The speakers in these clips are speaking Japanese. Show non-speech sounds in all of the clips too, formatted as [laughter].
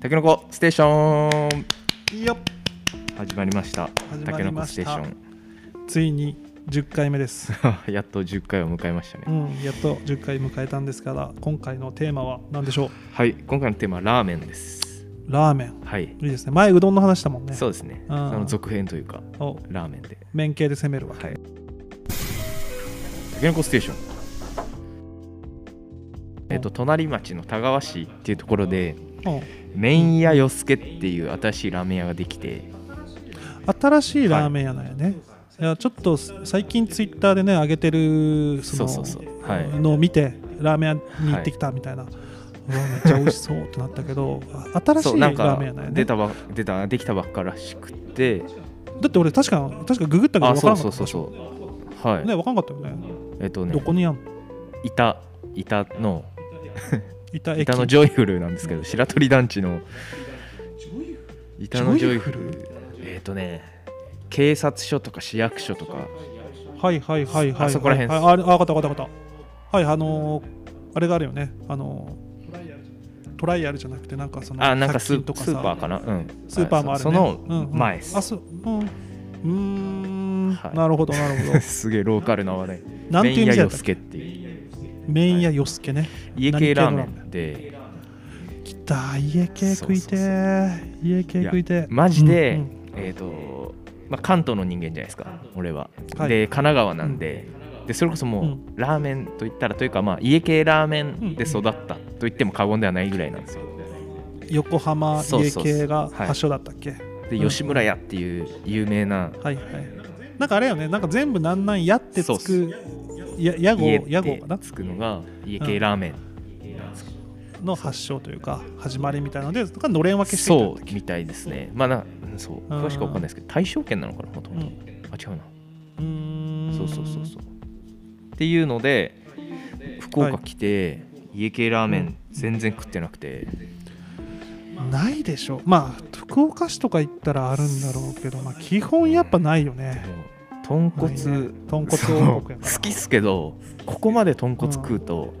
たけのこステーションいいよ始まりました始たまけりのこまスしたテーシついに10回 [laughs] 目です、ョンやっと10回を迎えましたね、うん、やっと10回迎えたんですから今回のテーマは何でしょはい今回のテーマはラーメンですうラーメンはい、いいですね前うどんの話だもんねそうですねそあーの続編というかおラーメンで麺系で攻めるわ、はいたけのこステーションえっと隣町の田川市っていうところでお麺屋よすけっていう新しいラーメン屋ができて新しいラーメン屋なんやね、いやちょっと最近ツイッターでね上げてるそのそうそうそうはいのを見てラーメン屋に行ってきたみたいな、うわめっちゃ美味しそうってなったけどあ新しそういなラんーかメン屋なんやね出たば出たできたばっからしくてだって俺確か確かググったけどあ分かそらうなかそっうそうたでしそょうはい、ね分かんなかったよねえっとねどこにあんの板板の板駅板のジョイフルなんですけど白鳥団地の板のジョイフジョイルえっ、とね警察署とか市役所とかはいはいはいはい。あそこら辺はい、っすあ、あわかったわかったわかった。はい、あのー、あれがあるよね。あのー、トライアルじゃなくて、なんかその、あなんかス100ー均とスーパーさかなうんスーパーもあるね。そのうんうん前です、あ、そう、うん。うーん、はいなるほど [laughs] なるほすげえローカルな話題なんていう店だよったっすけけっていう麺屋よすけね。家系ラーメ何系のンできた、家系食いてー家系いや食いてーマジで、うんうんえっ、と、まあ、関東の人間じゃないですか俺は、はいで神奈川なんで,、でそれこそもう、うんラーメンといったらというか、まあ、家系ラーメンでうん育ったと言っても過言ではないぐらいなんですよ横浜そう家そうそう系がはい発祥だったっけ、でうん吉村屋っていう有名なはいはい。なんかあれよね、なんか全部なんなんやってそうっつすく、や屋号、家屋っ号てかなつくのが家系ラーメン、の発祥というか、始まりみたいなので、そこからのれん分けしていったんそだっうみたいですねまあなうんそう詳しくは分かんないですけど大正圏なのかなもともとあ違うなけうーんそうそうそうそう。っていうので福岡来て、家系ラーメン全然食ってなくて、ないでしょまあ福岡市とか行ったらあるんだろうけど、まあ、基本やっぱないよねもう豚骨、ないね豚骨そう王好国やからきっすけどここまで豚骨食うと、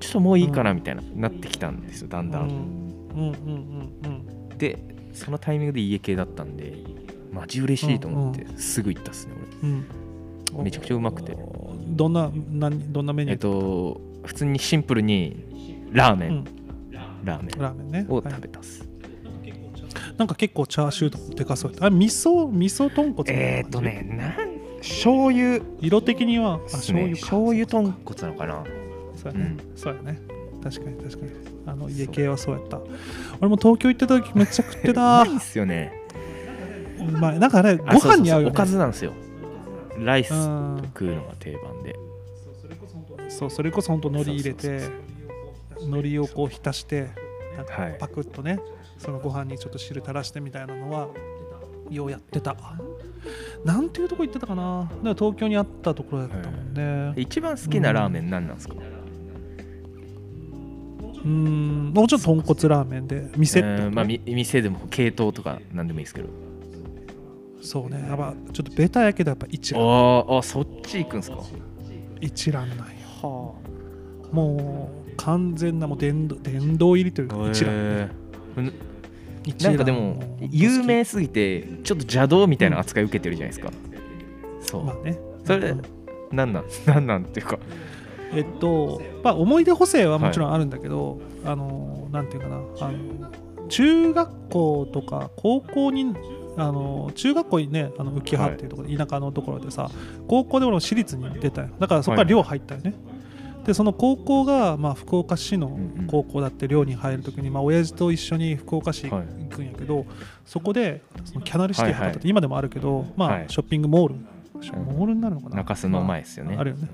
ちょっともういいかなみたいな、なってきたんですよだんだうんん。うんうんうんでそのタイミングで家系だったんでマジ嬉しいと思って、すぐ行ったっすね俺。うんうんめちゃくちゃうまくておどんな何どんなメニえュっー、と普通にシンプルにラーメン、うん、ラーメンラーメンね、をは食いべたっす。なんか結構チャーシューとかでかそうやったあ味噌味噌豚骨みたいなえっ、ー、とねなん醤油色的にはあ醤醤油油か醤油豚骨なのかなそうやね、そうやね確かに確かにあの家系はそうやった俺も東京行ってた時めっちゃ食って [laughs] たうまいっすよねうまいなんかあれごあそうそ飯うにそ合うよ、ね、おかずなんですよライスうん食うのが定番でそうそれこそ本当海苔入れてそう海苔をこう浸してなんかはいパクッとね、そのご飯にちょっと汁垂らしてみたいなのはようやってたなんていうとこ行ってたかなだから東京にあったところだったもんね、一番好きなラーメン何なんですか、うんもうちょっと豚骨ラーメンで店ってことね、うんまあ、み店でも系統とか何でもいいですけどそうねやっぱちょっとベタやけどやっぱ一蘭あーあそっち行くんすか一蘭なんやはもう完全なもう殿堂殿堂入りというあか一蘭一な蘭んかでも有名すぎてちょっと邪道みたいな扱い受けてるじゃないですか、そまあうねそれうん何なん [laughs] 何なんっていうかえっと、まあ、思い出補正はもちろんあるんだけど、あのなんていうかなあの中学校とか高校にあの中学校にねあの浮葉っていうところ、田舎のところでさ高校で俺も私立に出たよだからそこから寮入ったよね、でその高校が、まあ、福岡市のんうん高校だって寮に入るときに、まあ親父と一緒に福岡市行はいくんやけど、そこでそのキャナルシティ博多はいっはて今でもあるけど、まあはいショッピングモール、ショうんモールになるのかな中洲の前ですよね、あるよね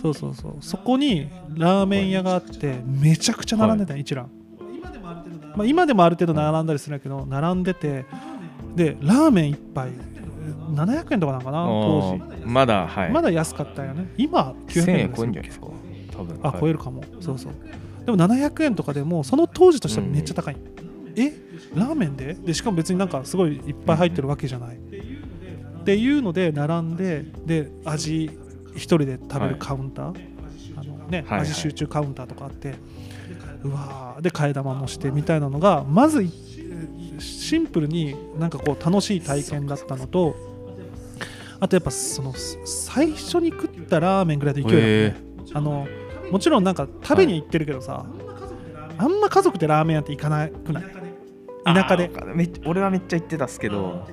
そうそうそうそこにラーメン屋があってめちゃくちゃ並んでた、一蘭まあ、今でもある程度並んだりするんだけど並んでてでラーメン一杯700円とかなんかなお当ーまだはい時まだ安かったよね今900 1000円円ぐ超えらるいんじゃないするですか多分あ超えるるかもそうそうでも700円とかでもその当時としてはめっちゃ高い、えラーメンででしかも別になんかすごいいっぱい入ってるわけじゃない、っていうので並んでで味一人で食べるカウンター、あのねはいはい味集中カウンターとかあって、うわーで替え玉もしてみたいなのがまずいシンプルになんかこう楽しい体験だったのとあとやっぱその最初に食ったラーメンぐらいの勢いだったへねあのもちろんなんか食べに行ってるけどさ、あんま家族でラーメン屋って行かなくないー田舎であーめっちゃ俺はめっちゃ行ってたっすけど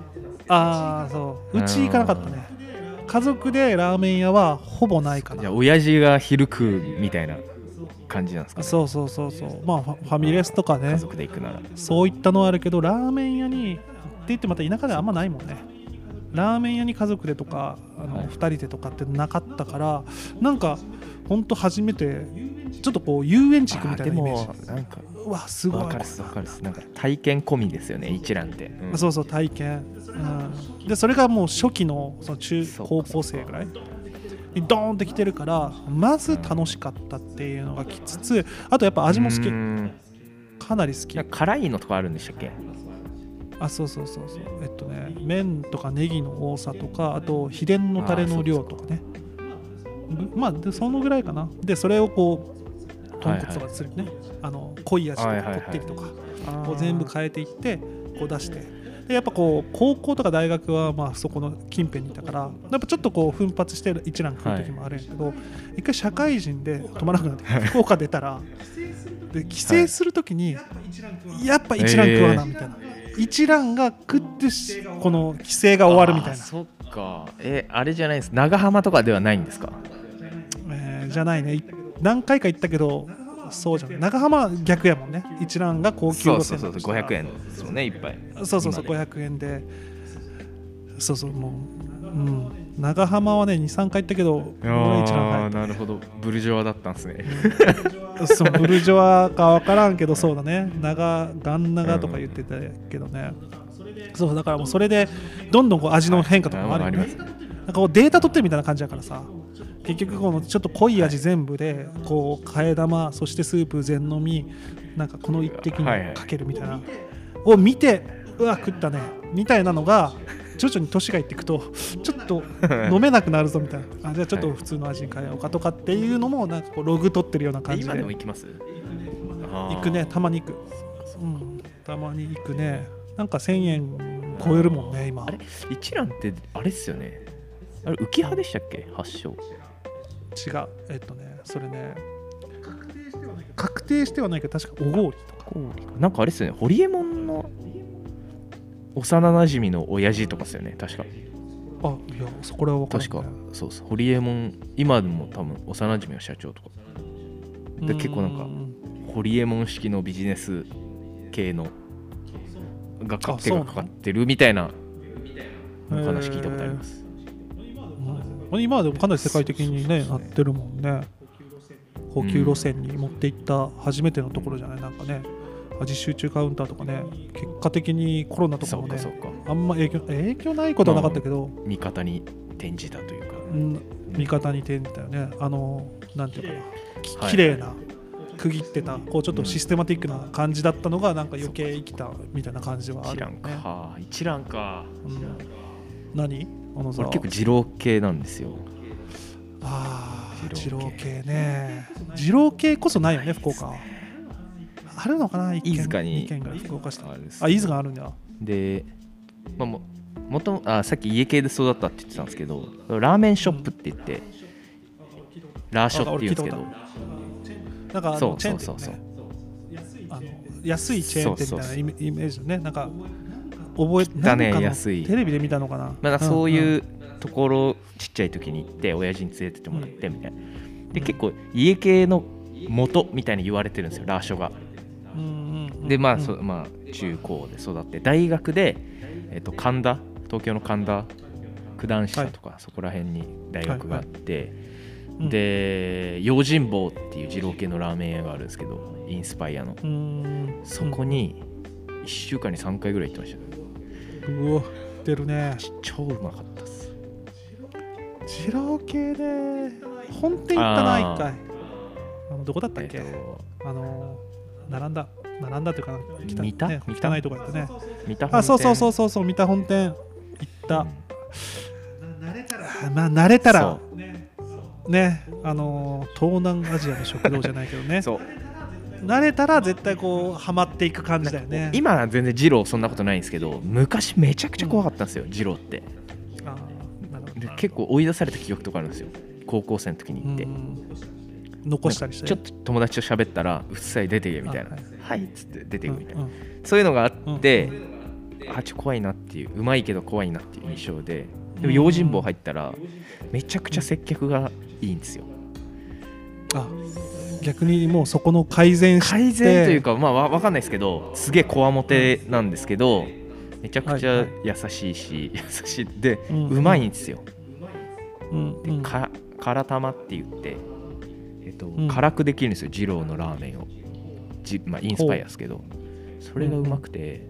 ああそううち行かなかったね家族でラーメン屋はほぼないかじなゃあ親父が昼食うみたいな感じなんですか、ね、そうそうそうそうまあファファミレスとか家ね族で行くならそういったのはあるけどラーメン屋にって言ってまた田舎ではあんまないもんねラーメン屋に家族でとかあの、はい2人でとかってなかったからなんかほんと初めてちょっとこう遊園地行くみたいなイメージあーでもなんかうわすごいわかるっすわかるっすなんか体験込みですよね一覧って、うんそうそう体験、うん、でそれがもう初期のその中そうか高校生ぐらいにドーンってきてるからまず楽しかったっていうのがきつつあとやっぱ味も好きうんかなり好きなんか辛いのとかあるんでしたっけあそうそうそうそうえっとね麺とかネギの多さとかあと秘伝のタレの量とかねぐまあでそのぐらいかなでそれをこう豚骨とかするね、あの濃い味とはいかはいこはいってりとか、を全部変えていってこう出してでやっぱこう高校とか大学はまあそこの近辺にいたからやっぱちょっとこう奮発して一覧食う時もあるんやけど、一回社会人で止まらなくなって福岡出たらで帰省する時に、やっぱ一覧食わなみたいな、一覧が食ってしこの帰省が終わるみたあーいな、そっかえあれじゃないです長浜とかではないんですかえーじゃないねい何回か行ったけどそうじゃん長浜逆やもんね一覧が高級そ路うそう線そうだそとうしたら500円ですもんねいっぱいそうそうそう今で500円でそうそうもう、うん、長浜はね23回行ったけど俺は一あー覧なるほどブルジョワだったんですね入ったそうブルジョワか分からんけどそうだね長ガン長とか言ってたけどね、そうだからもうそれでどんどんこう味の変化とかもあるよね、はいありまなんかこうデータ取ってるみたいな感じだからさ結局このちょっと濃い味全部で、こう替え玉そしてスープ全飲みなんかこの一滴にかけるみたいな、を見てうわ食ったねみたいなのが徐々に年がいっていくとちょっと飲めなくなるぞみたいなあじゃあちょっと普通の味に変えようかとかっていうのもなんかこうログ取ってるようなえ感じで今でも行きます行行くねたまに行く、うん、たまに行くねなんか1000円超えるもんね今あれ一蘭ってあれっすよねあれ浮き派でしたっけ発祥違うえっとねそれね確定してはないけど確かおごりとかなんかあれっすよねホリエモンの幼なじみの親父とかっすよね確かあいやそこらは分から確んかねそうそうホリエモン今でも多分幼なじみの社長とかで結構なんかうホリエモン式のビジネス系のがかあ手そうながのかかってるみたいなお話聞いたことあります、うん今でもかなり世界的にねなってるもんね高級路線に持っていった初めてのところじゃないなんかね味集中カウンターとかね結果的にコロナとかそもうかそうねかあんま影響影響ないことはなかったけど、味方に転じたというかうん、味方に転じたよねあのなんていうかなきはい綺麗な区切ってたこうちょっとシステマティックな感じだったのがなんか余計生きたみたいな感じはあ一るよ蘭ねか一蘭かうん、何小野俺沢結構二郎系なんですよああ二二郎郎系系ね二郎系こそないよね福岡はあるのかな一軒飯塚に二軒ぐらい福岡市あれですあ飯塚あるんだで、まあ、ももともあさっき家系で育ったって言ってたんですけどラーメンショップって言って、ラーショって言うんですけどあ俺聞いなんかあそのうチェーそンうそう店そうねあの安いチェーン店みたいなイメイメージだねなんか覚えてだねなんかの安いテレビで見たのかなまあなんかそううんいうところちっちゃい時に行って親父に連れてってもらってみたいなで結構家系の元みたいに言われてるんですよラーショがうんうんうんでまあうんそ、まあ、中高で育って大学で、えっと神田東京の神田九段下とか、そこら辺に大学があって、うんで用心棒っていう二郎系のラーメン屋があるんですけどインスパイアのうんそこに1週間に3回ぐらい行ってましたようんうわ出るね超うまかったっす二郎系で本店行ったなあー一回あのどこだったっけ、えっとあの並んだ並んだというか汚,、見たね、見た汚いとこやったね三田あそうそうそううそうそう見た本店行った、んあまあ慣れたらそねあのー東南アジアの食堂じゃないけどねそう慣れたら絶対こうハマっていく感じだよね今は全然二郎そんなことないんですけど昔めちゃくちゃ怖かったんですよ、二郎ってあーなるほどで結構追い出された記憶とかあるんですよ高校生の時に行って、うん残したりしてちょっと友達と喋ったら「うっさい出てけ」みたいな「あははいい」っつって出てくみたいな、うんそういうのがあって、あちょ怖いなっていううまいけど怖いなっていう印象ででも用心棒入ったらめちゃくちゃ接客がいいんですよあ逆にもうそこの改善して改善というかまあわわかんないですけどすげえこわもてなんですけどめちゃくちはいゃはい優しいし [laughs] 優しいでうんうまいんですようんでうんかからたまって言って、えっとうん辛くできるんですよ二郎のラーメンをじ、まあ、インスパイアですけどそれがうまくて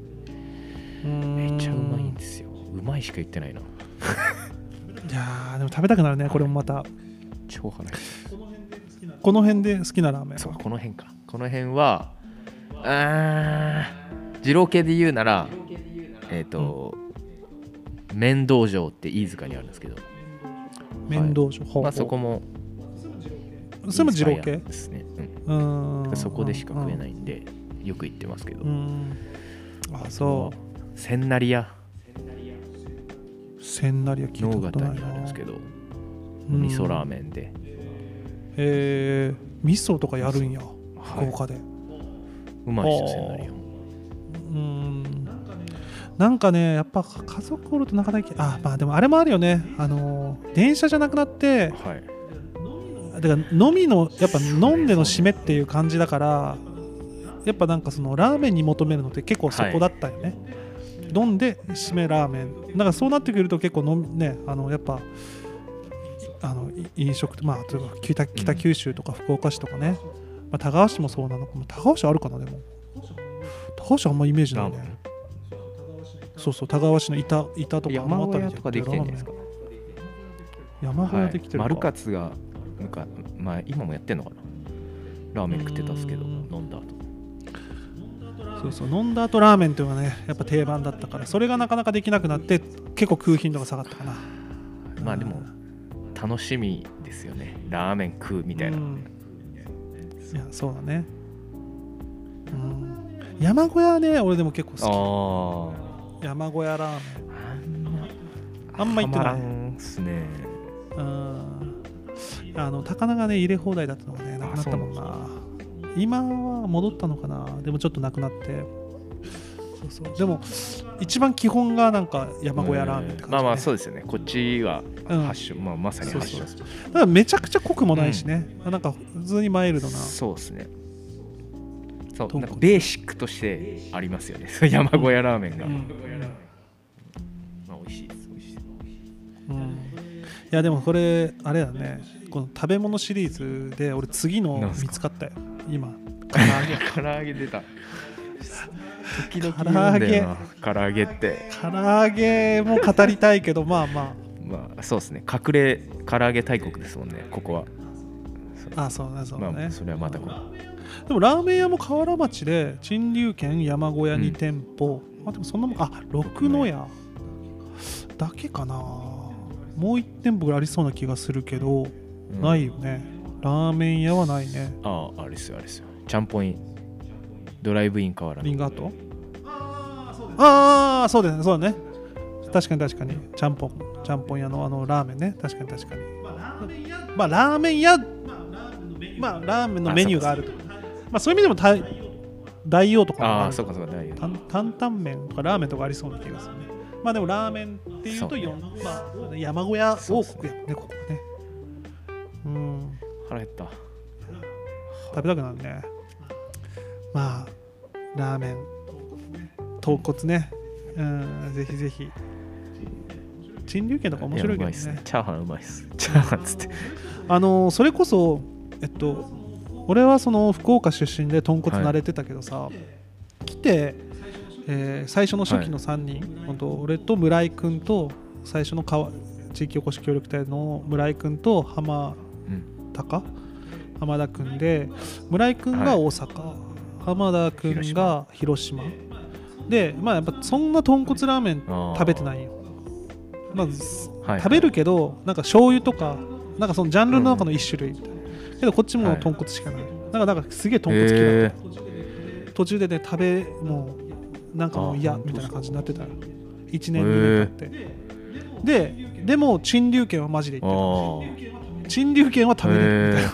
めっちゃうまいんですようまいしか言ってないないやーでも食べたくなるねこれもまた超辛いこの辺で好きなラーメンそうこの辺かこの辺はあー二郎系で言うならえっ、と、麺道場って飯塚にあるんですけど、面倒所ほうまあ、そこもそれも二郎インスパイ系アですね、ううんーんそこでしか食えないいんでよく行ってますけど、うんあそ千成屋う千成は聞い能たこと形ないになあるんですけどうん味噌ラーメンで、へえ味噌とかやるんやは福い、岡でうまいですよあ千ー成屋もうんなんかねやっぱ家族おるとなかなか行けあまあでもあれもあるよねあのー電車じゃなくなってはいだから飲みのやっぱ飲んでの締めっていう感じだからやっぱなんかそのラーメンに求めるのって結構そこだったよね、飲んで締めラーメンだからそうなってくると結構飲みねあのやっぱあのい飲食まあ例えば北北九州とか福岡市とかね、まあ、田川市もそうなのかも田川市あるかなでも田川市あんまイメージなラいーメねンそうそう田川市の板板とかあ山の小辺り屋とかできてるんじゃないですか山小は屋でいき、てるマルかカツがむか、まあ、今もやってんのかなラーメン食ってたんですけどうん飲んだ後そうそう飲んだ後ラーメンというのはねやっぱ定番だったからそれがなかなかできなくなって結構空頻度が下がったかなまあでも楽しみですよねラーメン食うみたいな、うんいやそうだねうん山小屋はね俺でも結構あ好ーき山小屋ラーメあんまあんま行ってないはまらんっすねンうんあの高菜がね入れ放題だったのがねなくなったもんな今は戻ったのかなでもちょっとなくなってそうそうでも一番基本がなんか山小屋ラーメンってう感じ、ねんまあまあそうですよねこっちはうん発祥、まあ、まさに発祥ですだからめちゃくちゃ濃くもないしね、なんか普通にマイルドなそうですねそう豚骨なんかベーシックとしてありますよね [laughs] 山小屋ラーメンが、まあ、美味しいです美味しいですうんいやでもこれあれだねこの食べ物シリーズで俺次のなんすか見つかったよ今唐揚げ唐揚げ出た時々言うんだよな唐揚げって唐揚げも語りたいけどまあままあそうですね隠れ唐揚げ大国ですもんねここはああそうだねそうだね、まあそれはまたこでもラーメン屋も河原町で陳龍軒山小屋に店舗、あでもそんなもんあ六の屋だけかなもう1店舗ぐらいありそうな気がするけど、うんないよねラーメン屋はないねあああれですよあれですよちゃんぽんドライブイン河原リンガートああそうですねそうだね確かに確かにちゃんぽんちゃんぽん屋のあのラーメンね確かに確かにまあラーメン屋まあラーメンのメニューがあるとまあそういう意味でもた大王とかもあああるそうかそうか大丈担担々麺とかラーメンとかありそうな気がするねまあでもラーメンっていうそとうねよんまあ、山小屋王国やもんねここはねうん腹減った食べたくなるねまあラーメン豚骨ねうんぜひぜひ陳龍軒とか面白いやうまいけっどすねねチャーハンうまいっすチャーハンっつってあのそれこそえっと俺はその福岡出身で豚骨慣れてたけどさ、来て、えー最初の初期の3人、本当俺と村井君と最初の川地域おこし協力隊の村井君と浜うん高浜田君で村井君が大阪、浜田君が広島でまあやっぱそんな豚骨ラーメンあー食べてないよまあすはい食べるけどなんか醤油とかなんかそのジャンルの中の一種類みたいな、けどこっちはもい豚骨しかない、なんだからなんかすげえ豚骨嫌いだえった途中でね食べもうなんかもうあ嫌本当みたいな感じになってた1年へえ2年経ってででも陳龍軒はマジでー、行っあてる陳龍軒は食べれるみたいへな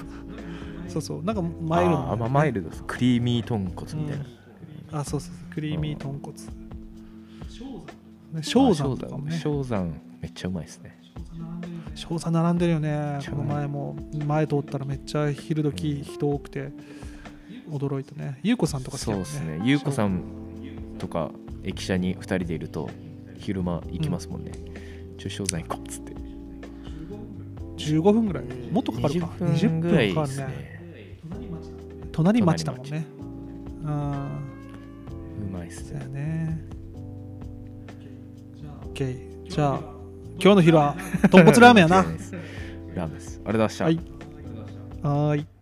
[laughs] そうそうなんかマイルドあーまあマイルドですクリーミー豚骨みたいな、あそうそうそうクリーミー豚骨ね正山とかもあね正山めっちゃうまいですね正山並んでるよねちゃこの前も前通ったらめっちゃ昼時人多くて驚いたね優子さんとか好きそだうもんでねすね優子さんとか駅舎に2人でいると昼間行きますもんね、ちょ正山行こうっつって15分ぐらいもっとかかるか20分ぐらいでかかるすねね隣町だもんねううんまいっすそうねやね OK じゃあ今日の昼は豚骨ラーメンやな間違いないっすラーメンですありがとうございました、はいはーい